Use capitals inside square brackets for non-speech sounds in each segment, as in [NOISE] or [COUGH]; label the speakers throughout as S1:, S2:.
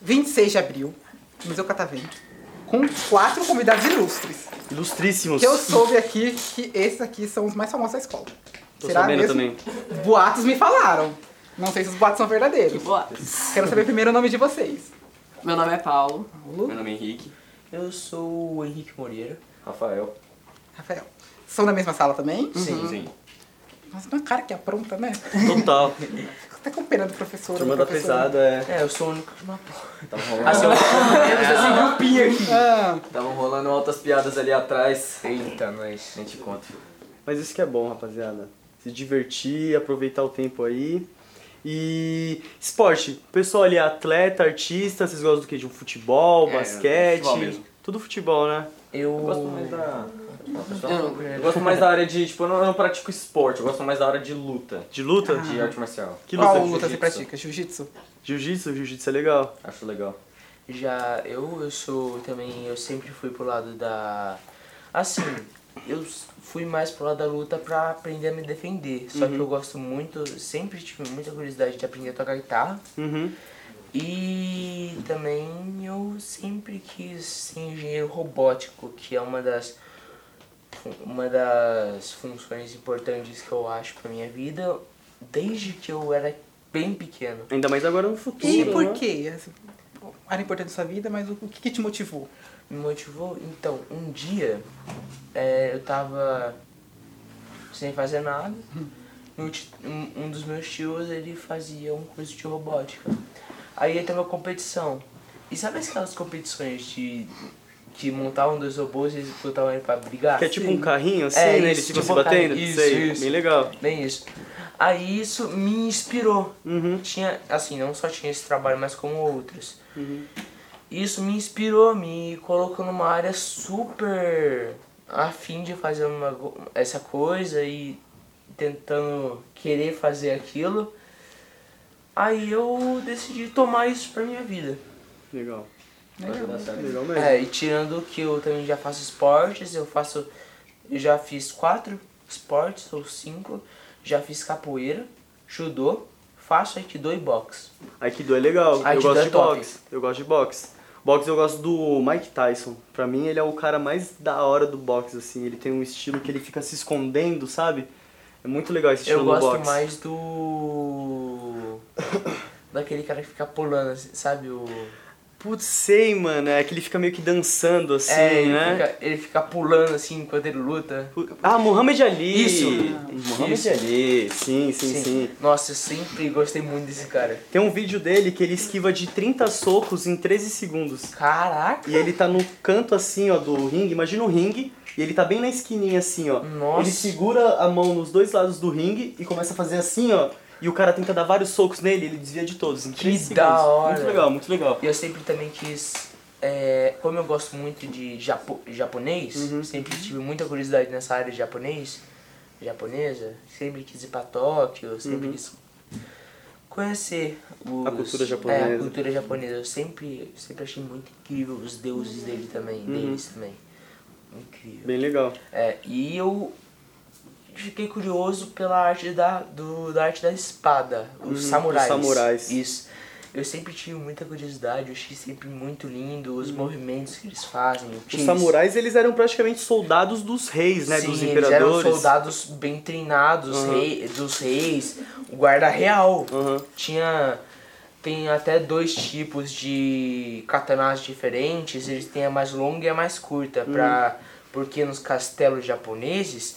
S1: 26 de abril, Museu Catavento, com quatro convidados ilustres.
S2: Ilustríssimos.
S1: Que eu soube aqui que esses aqui são os mais famosos da escola.
S2: Tô sabendo também.
S1: Boatos me falaram. Não sei se os boatos são verdadeiros.
S3: Boa.
S1: Quero saber primeiro o nome de vocês.
S3: Meu nome é Paulo.
S2: Meu nome é Henrique.
S4: Eu sou o Henrique Moreira.
S2: Rafael.
S1: Rafael. São da mesma sala também?
S4: Uhum.
S2: Sim, sim.
S1: Nossa, uma cara que apronta, né?
S2: Total.
S1: Fico até com pena do professor.
S2: Turma da pesada é.
S4: É, eu sou o único. [LAUGHS]
S2: Tava rolando.
S1: Ah,
S5: Estavam rolando altas piadas ali atrás.
S4: Eita, nós.
S5: A gente conta.
S2: Mas isso que é bom, rapaziada. Se divertir, aproveitar o tempo aí. E esporte, o pessoal ali é atleta, artista, vocês gostam do que? De um futebol,
S5: É,
S2: basquete?
S5: futebol mesmo.
S2: Tudo futebol, né?
S4: Eu.
S5: Eu gosto mais da.
S3: Eu não-
S4: é.
S5: Eu gosto mais da área de. Tipo, eu não, eu não pratico esporte, eu gosto mais da área de luta,
S2: De luta?
S5: de
S4: Ah.
S5: arte marcial.
S2: Que luta?
S1: Qual
S5: de
S1: luta você
S5: jiu-jitsu.
S1: pratica? Jiu-jitsu?
S2: Jiu-jitsu, jiu-jitsu é legal.
S5: Acho legal.
S4: Já eu, eu sou também, eu sempre fui pro lado da. Assim, eu s- fui mais pro lado da luta pra aprender a me defender. Só que eu gosto muito, sempre tive muita curiosidade de aprender a tocar guitarra.
S2: Uhum.
S4: E também eu sempre quis ser engenheiro robótico, que é uma das fun- uma das funções importantes que eu acho pra minha vida desde que eu era bem pequeno.
S2: Ainda mais agora no futuro.
S1: E por
S2: né?
S1: quê? Assim, Era importante na sua vida, mas o o que, que te motivou?
S4: me motivou. Então, um dia é, eu tava sem fazer nada. Meu ti- Um, um dos meus tios ele fazia um curso de robótica. Aí ele tava uma competição. E sabe aquelas competições de que montavam dois robôs e eles botavam ele pra brigar?
S2: Que é tipo
S4: Sim.
S2: um carrinho assim,
S4: É,
S2: né? Eles
S4: isso,
S2: ficam
S4: tipo
S2: se
S4: um carrinho.
S2: batendo.
S4: Isso,
S2: sei.
S4: isso.
S2: Bem legal.
S4: Bem isso. Aí isso me inspirou.
S2: Uhum.
S4: Tinha, assim, não só tinha esse trabalho, mas como outros. Isso me inspirou, me colocou numa área super afim de fazer uma, go- essa coisa e tentando querer fazer aquilo. Aí eu decidi tomar isso pra minha vida.
S2: Legal.
S5: Vai dar certo.
S2: Legal mesmo.
S4: É, e tirando que eu também já faço esportes, eu faço. Eu já fiz quatro esportes, ou cinco, já fiz capoeira, judô, faço aikido e boxe.
S2: Aikido é legal. eu
S4: Aikido
S2: gosto
S4: é
S2: de
S4: top.
S2: boxe. Eu gosto de boxe. Boxe eu gosto do Mike Tyson. Pra mim ele é o cara mais da hora do boxe, assim. Ele tem um estilo que ele fica se escondendo, sabe? É muito legal esse estilo
S4: Eu
S2: do
S4: gosto
S2: boxe.
S4: mais do. Daquele cara que fica pulando, assim, sabe? O...
S2: Putz, sei, mano. É que ele fica meio que dançando, assim,
S4: é, ele,
S2: né?
S4: fica, ele fica pulando assim enquanto ele luta.
S2: Pu- Ah, Muhammad Ali!
S4: Isso.
S2: Muhammad
S4: Isso.
S2: Ali, sim, sim, sim,
S4: Nossa, eu sempre gostei muito desse cara.
S2: Tem um vídeo dele que ele esquiva de 30 socos em 13 segundos.
S4: Caraca!
S2: E ele tá no canto assim, ó, do ringue. Imagina o ringue. E ele tá bem na esquininha assim, ó.
S4: Nossa.
S2: Ele segura a mão nos dois lados do ringue e começa a fazer assim, ó. E o cara tenta dar vários socos nele, ele desvia de todos. Em
S4: Que
S2: três segundos.
S4: da hora.
S2: Muito legal, muito legal.
S4: E Então, eu sempre também quis. é, como eu gosto muito de japo- japonês,
S2: Uhum.
S4: sempre tive muita curiosidade nessa área de japonês, japonesa, sempre quis ir pra Tóquio, sempre quis conhecer os-
S2: Uhum. A cultura
S4: É,
S2: japonesa.
S4: a cultura japonesa. Eu sempre, sempre achei muito incrível os deuses dele também,
S2: Uhum.
S4: deles também. Incrível.
S2: Bem legal.
S4: É, e eu fiquei curioso pela arte da, do, da arte da espada, os samurais.
S2: Uhum, os samurais.
S4: Isso. Eu sempre tive muita curiosidade, eu achei sempre muito lindo os movimentos que eles fazem. o que
S2: Os
S4: eles-
S2: samurais, eles eram praticamente soldados dos reis, né?
S4: Sim,
S2: dos
S4: eles eram
S2: imperadores. Uhum.
S4: soldados bem treinados, rei- dos reis, o guarda real.
S2: Aham.
S4: Tinha. Tem até dois tipos de katanas diferentes, eles têm a mais longa e a mais
S2: Hum.
S4: curta, pra, porque nos castelos japoneses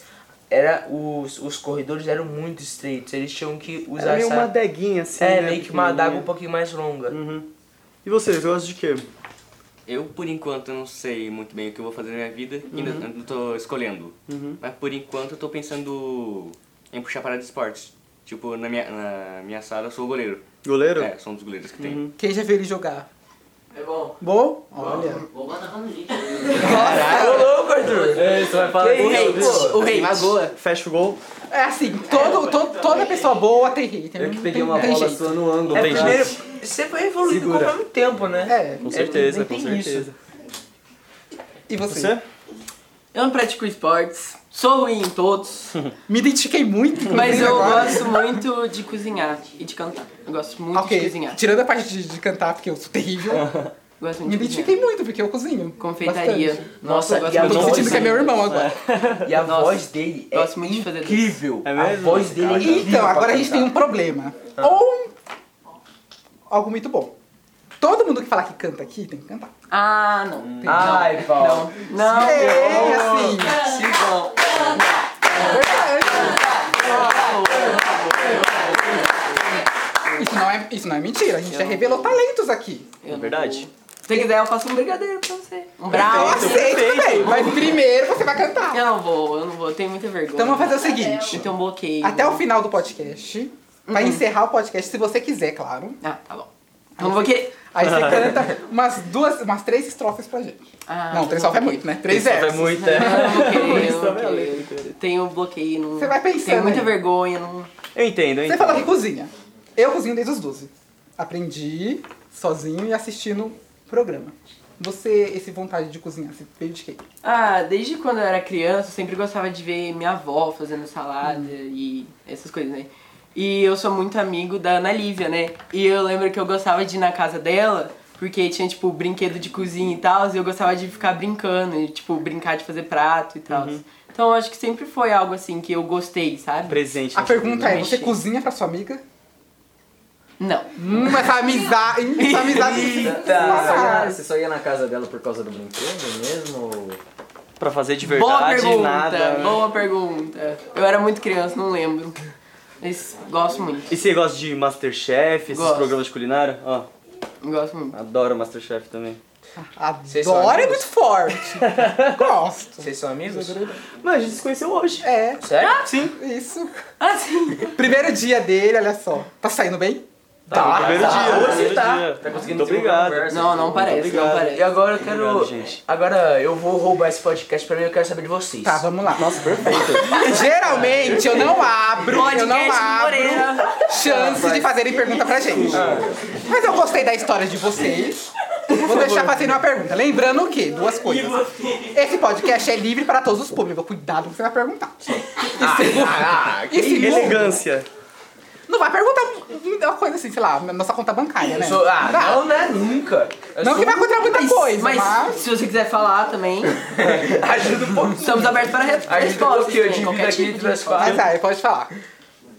S4: era os, os corredores eram muito estreitos, eles tinham que usar
S2: Era meio
S4: essa...
S2: uma adeguinha assim.
S4: é,
S2: né,
S4: meio que uma
S2: pequenininha.
S4: adaga um pouquinho mais longa.
S2: Uhum. E vocês, gostam de quê?
S6: Eu, por enquanto, não sei muito bem o que eu vou fazer na minha vida.
S4: Uhum.
S6: Ainda não tô escolhendo. Mas, por enquanto, eu tô pensando em puxar parada de esportes. Tipo, na minha, na minha sala, eu sou o goleiro.
S2: Goleiro?
S6: É, sou um dos goleiros que tem.
S1: Quem já viu ele jogar?
S3: É bom.
S1: Bom? Olha.
S7: Vou matar no lixo.
S4: Ô louco, Arthur!
S5: É, você vai falar
S4: Que isso, pô?
S3: O rei. Magoa.
S2: Fecha o gol.
S1: É assim, todo, todo- toda pessoa boa tem rei. Tem,
S5: é. Eu que
S1: não
S5: peguei
S1: tem-
S5: uma
S1: tem
S5: bola
S1: jeito.
S5: sua no ângulo.
S4: É,
S2: tem
S4: primeiro, você foi evoluindo
S5: Segura.
S4: conforme o tempo, né?
S1: É.
S2: Com certeza,
S4: nem
S2: com
S4: tem isso.
S2: certeza.
S1: E você?
S2: Você?
S3: Eu não pratico esportes, sou ruim em todos,
S1: [LAUGHS] Me identifiquei muito, inclusive,
S3: mas eu
S1: agora.
S3: gosto muito de cozinhar e de cantar. Eu gosto muito
S1: Ok,
S3: de cozinhar.
S1: tirando a parte de, de cantar, porque eu sou
S5: [LAUGHS]
S1: terrível, me
S3: Gosto muito de cozinhar.
S1: identifiquei muito, porque eu cozinho.
S3: Confeitaria.
S1: bastante.
S4: Nossa,
S3: Nossa,
S4: e a
S3: eu
S1: Eu tô
S3: gosto
S4: Nossa.
S3: muito
S1: sentindo
S3: de
S1: que é meu irmão agora.
S4: E a
S3: Nossa,
S4: voz dele é
S3: gosto muito de fazer
S4: incrível.
S2: É
S4: a
S2: mesmo?
S4: voz dele é incrível.
S1: Então,
S4: pra
S1: agora a gente
S4: cantar.
S1: tem um problema.
S5: Ah.
S1: Ou algo muito bom. Todo mundo que falar que canta aqui tem que cantar.
S3: Ah, não.
S4: Ai, Paulo.
S3: Não, não.
S1: É, assim. Isso não é, isso não é mentira, a gente já revelou talentos aqui.
S3: Eu não
S2: Verdade.
S3: vou. Se quiser, eu faço um brigadeiro pra você. Um
S1: Ah, Eu
S3: brownie.
S1: aceito Então, também, mas primeiro você vai cantar.
S3: Eu não vou, eu não vou. Eu tenho muita vergonha.
S1: Então vamos fazer o seguinte.
S3: Então bloqueio.
S1: Até o final do podcast, vai encerrar o podcast, se você quiser, claro.
S3: Ah, tá bom. Então bloqueio.
S1: Aí [LAUGHS] você canta umas duas, umas três estrofes pra gente.
S3: Ah,
S1: não, três estrofes é muito, né? Três
S2: Vai
S1: versos.
S2: muito, é.
S3: Bloqueio,
S2: Isso é
S3: um bloqueio. Tenho bloqueio. Não...
S1: né? Você vai pensando
S3: Tenho muita
S1: aí.
S3: vergonha. Não...
S2: Eu entendo, eu
S1: Você
S2: entendo.
S1: falou que cozinha. Eu cozinho desde os 12. Aprendi sozinho e assistindo programa. Você, esse vontade de cozinhar, você veio de quê?
S3: Ah, desde quando eu era criança, eu sempre gostava de ver minha avó fazendo salada
S1: Hum.
S3: e essas coisas, né? E eu sou muito amigo da Ana Lívia, né? E eu lembro que eu gostava de ir na casa dela, porque tinha, tipo, brinquedo de cozinha e tal, e eu gostava de ficar brincando, e, tipo, brincar de fazer prato e tal.
S1: Uhum.
S3: Então eu acho que sempre foi algo assim que eu gostei, sabe?
S2: Presente.
S1: A
S2: né?
S1: pergunta é,
S3: mexi.
S1: você cozinha pra sua amiga?
S3: Não.
S1: Hum, essa amizade. hum, Essa amizade.
S5: Eita, você só ia na casa dela por causa do brinquedo mesmo? ou-
S2: Pra fazer de
S3: boa
S2: verdade,
S3: pergunta,
S2: nada. né?
S3: boa pergunta. Eu era muito criança, não lembro. Mas gosto muito,
S2: E você gosta de Masterchef, esses
S3: Gosto.
S2: programas de culinária? Ó,
S3: gosto muito.
S2: adoro Masterchef também.
S4: Vocês são
S1: Adoro é muito forte. Gosto.
S4: um- Vocês são amigos? Tá.
S2: Mas a gente se conheceu hoje.
S1: É,
S4: Sério?
S2: Sim.
S1: isso.
S3: Ah, sim!
S1: Primeiro dia dele, olha só. Tá saindo bem?
S2: Tá, primeiro
S4: tá,
S2: dia.
S4: hoje
S2: primeiro
S4: tá.
S2: dia.
S5: Tá conseguindo
S2: Muito
S5: desenvolver
S2: obrigado.
S5: a conversa?
S3: Não, não parece, não
S2: obrigado.
S3: parece.
S4: E agora eu quero.
S2: Obrigado, gente.
S4: Agora eu vou roubar esse podcast pra mim, eu quero saber de vocês.
S1: Tá,
S4: [LAUGHS]
S1: vamos lá.
S2: Nossa, perfeito.
S1: Geralmente eu não abro, eu não abro chance de fazerem pergunta pra gente. Mas eu gostei da história de vocês. Vou deixar fazendo uma pergunta. Lembrando o quê? Duas coisas. Esse podcast é livre para todos os públicos. Cuidado com o que você vai perguntar. E segundo,
S4: Ah,
S1: e segundo,
S2: Elegância.
S1: não vai perguntar uma coisa assim, sei lá, nossa conta bancária, né?
S4: Sou- ah,
S1: Tá.
S4: não, né? Nunca. Eu
S1: Não
S4: sou-
S1: que vai contar muita coisa,
S3: Mas,
S1: mas...
S3: se você quiser falar também,
S4: Ajuda um pouco.
S3: estamos abertos para re-
S4: A gente falou
S3: respostas.
S4: que eu
S3: né?
S4: divido
S3: Qualquer
S4: aqui
S3: tipo
S4: entre as
S3: de-
S1: Mas
S4: quatro.
S1: aí, pode falar.
S4: [LAUGHS]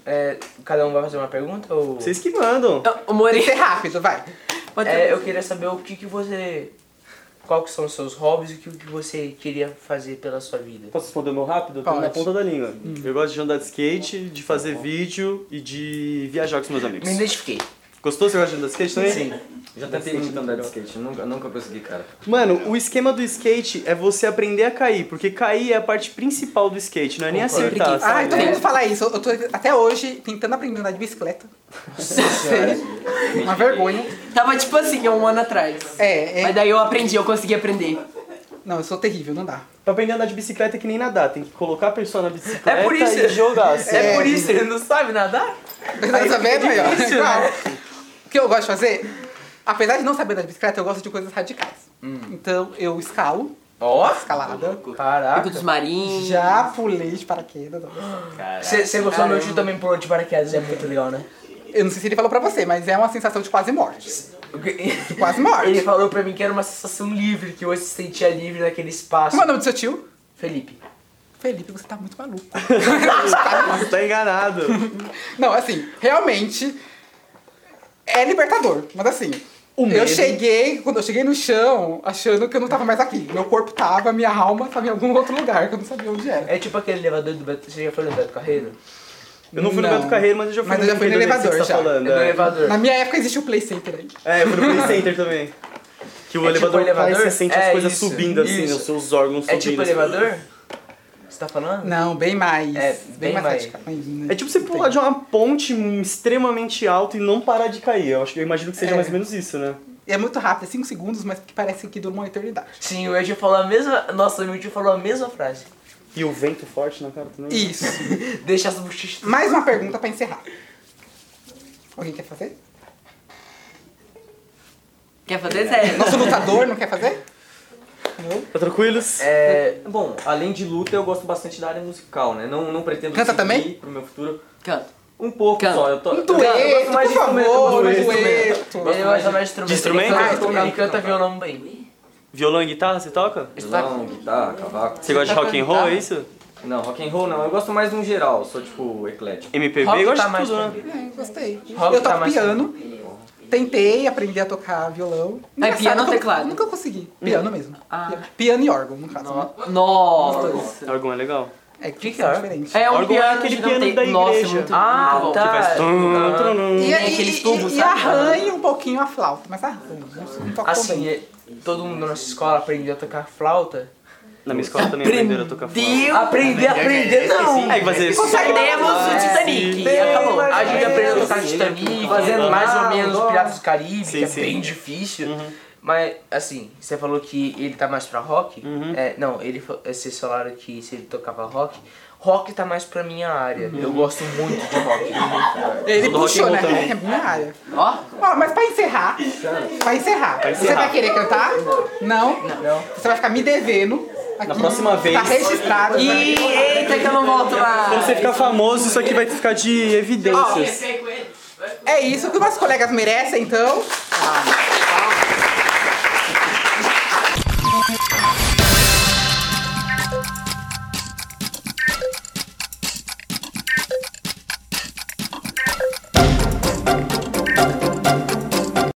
S4: É, cada um vai fazer uma pergunta ou.
S2: Vocês que mandam.
S3: Não, O
S1: Tem [LAUGHS] que ser
S3: Moreira.
S1: rápido, vai.
S3: Pode ser.
S4: É, eu queria saber o que, que você. Qual que são os seus hobbies e o que, que você queria fazer pela sua vida.
S2: Posso responder o meu rápido? Eu tô na
S1: Pode.
S2: ponta da língua. Eu gosto de andar de skate, de fazer vídeo e de viajar com os meus amigos.
S4: Me identifiquei.
S2: Gostou? Você gosta de andar de skate também?
S5: Já tentei muito andar de skate, nunca, nunca consegui, cara.
S2: Mano, o esquema do skate é você aprender a cair, porque cair é a parte principal do skate, não é nem acertar. sabe?
S4: né?
S1: Ai, todo mundo fala isso. Eu tô até hoje tentando aprender a andar de bicicleta. Sei. Uma vergonha.
S3: Tava tipo assim, há um ano atrás.
S1: É,
S3: Mas
S1: é.
S3: daí eu aprendi, eu consegui aprender.
S1: Não, eu sou terrível, não dá.
S2: Pra aprender a andar de bicicleta é que nem nadar, tem que colocar a pessoa na bicicleta
S4: É por isso.
S2: e jogar. Assim.
S4: É por isso, ele não sabe nadar?
S1: Tá sabendo aí, ó? Claro. O que eu gosto de fazer, apesar de não saber andar de bicicleta, eu gosto de coisas radicais. Então eu escalo,
S4: Ó,
S1: escalada.
S3: Pico
S4: caraca.
S3: dos Marinhos.
S1: Já pulei de paraquedas.
S4: Você gostou? Meu tio também pulou de paraquedas, é muito legal, né?
S1: Eu não sei se ele falou pra você, mas é uma sensação de quase morte. De quase morte.
S4: Ele falou pra mim que era uma sensação livre, que você se sentia livre naquele espaço.
S1: Como é o nome do seu tio?
S4: Felipe.
S1: Felipe, você tá muito maluco.
S2: Você [LAUGHS] tá enganado.
S1: Não, assim, realmente é libertador, mas assim. Eu cheguei, quando eu cheguei no chão, achando que eu não tava mais aqui. Meu corpo tava, minha alma tava em algum outro lugar, que eu não sabia onde era.
S4: É tipo aquele elevador do Beto. Você já foi no Beto Carreiro?
S2: Eu não fui no
S1: Não.
S2: Beto Carreiro, mas eu já fui
S1: Mas eu já fui no
S2: brinquedo desse que você
S1: elevador,
S2: Tá
S4: É
S2: falando,
S4: no
S2: é.
S4: elevador.
S1: Na minha época existia o Play né? Center aí.
S2: É, eu fui no Play Center também. Que o
S4: É tipo
S2: elevador, tipo
S4: elevador?
S2: você sente as
S4: É
S2: coisas
S4: isso,
S2: subindo assim,
S4: isso.
S2: né, os seus órgãos
S4: É
S2: subindo.
S4: tipo
S2: assim.
S4: elevador? Você tá falando?
S1: Não, bem mais. né?
S4: É, bem mais.
S1: radical. Mas-
S2: É tipo você pular de uma ponte extremamente alta e não parar de cair. Eu, acho, que- eu imagino que seja
S1: É.
S2: mais ou menos isso, né?
S1: É muito rápido, é 5 segundos, mas que parece que dura uma eternidade.
S4: Sim, o meu tio falou a mesma. Nossa, meu tio falou a mesma frase. [LAUGHS]
S2: E o vento forte na cara também.
S1: Isso.
S4: Deixa as
S1: [LAUGHS]
S4: bochechas.
S1: mais uma pergunta pra encerrar. Alguém quer fazer?
S3: Quer fazer É. sério?
S1: Nosso lutador não quer fazer?
S2: Tá tranquilos?
S5: É, bom, além de luta, eu gosto bastante da área musical, né? Não, não pretendo
S1: Canta
S5: seguir
S1: também?
S5: pro meu futuro.
S3: Canta.
S5: Um pouco
S3: Canta.
S5: só. Eu tô,
S1: Um
S5: eu- eu
S1: dueto,
S5: gosto mais
S1: por
S5: de instrumento, eu
S1: favor, um
S5: gosto mais de instrumento.
S1: dueto.
S4: Ele gosta mais de
S2: instrumento?
S4: Ele
S1: Ah,
S4: canta, ele
S1: instrumento.
S4: canta violão bem.
S2: Violão e guitarra, você toca?
S5: Violão, guitarra, cavaco.
S2: Você gosta de rock and roll, é isso?
S5: Não, rock and roll não. Eu gosto mais de um geral, sou tipo eclético.
S2: MPB,
S4: Rock
S2: eu gosto
S4: tá
S2: de
S4: mais
S2: tudo,
S4: pra
S2: né?
S4: mim.
S1: É, gostei.
S4: Rock
S1: eu
S4: tá
S1: toco
S4: mais-
S1: piano. Tentei aprender a tocar violão.
S3: Mas
S1: Engraçado
S3: piano ou
S1: que eu-
S3: teclado?
S1: Nunca consegui. Piano mesmo.
S3: Ah.
S1: Piano e órgão, no caso. né?
S3: Nossa.
S2: Órgão é legal.
S1: É que,
S4: que é órgão?
S1: diferente.
S3: É um
S2: Órgão é
S3: piano
S2: aquele
S3: que não
S2: piano
S3: tem...
S2: da
S3: Nossa, é
S2: igreja.
S3: muito,
S4: Ah,
S3: muito bom.
S4: tá.
S2: Tum, tum, tum.
S1: E,
S3: Tem aqueles
S1: e-
S3: tubos,
S1: e, e
S3: sabe?
S1: arranha um pouquinho a flauta, mas arranha. Não toco tão
S4: Assim,
S1: bem.
S4: é- todo mundo na nossa escola aprendeu a tocar flauta.
S2: Na minha escola também aprenderam a tocar é flauta.
S4: Aprender, aprender, não. é
S2: Aí fazer
S3: Perdemos o Titanic. Acabou.
S4: A gente aprendeu a tocar Titanic, fazendo mais ou menos Piratas do Caribe,
S2: Sim,
S4: que é
S2: sim.
S4: bem difícil. Mas, assim, você falou que ele tá mais pra rock. É, não, ele, fa- vocês falaram que se ele tocava rock. Rock tá mais pra minha área. Eu gosto muito de rock.
S1: Ele
S2: do rock
S1: puxou,
S2: and
S1: né?
S2: roll também.
S1: É minha área.
S3: Ó.
S1: Ó, mas pra encerrar, pra encerrar, você vai querer cantar? Não? Não. Você vai ficar me devendo. Aqui.
S5: Na próxima vez-
S1: Tá registrado.
S3: E eita que eu não volto
S2: Quando
S3: lá.
S2: você ficar famoso, isso aqui vai ficar de evidências.
S1: É isso que umas colegas merecem, então.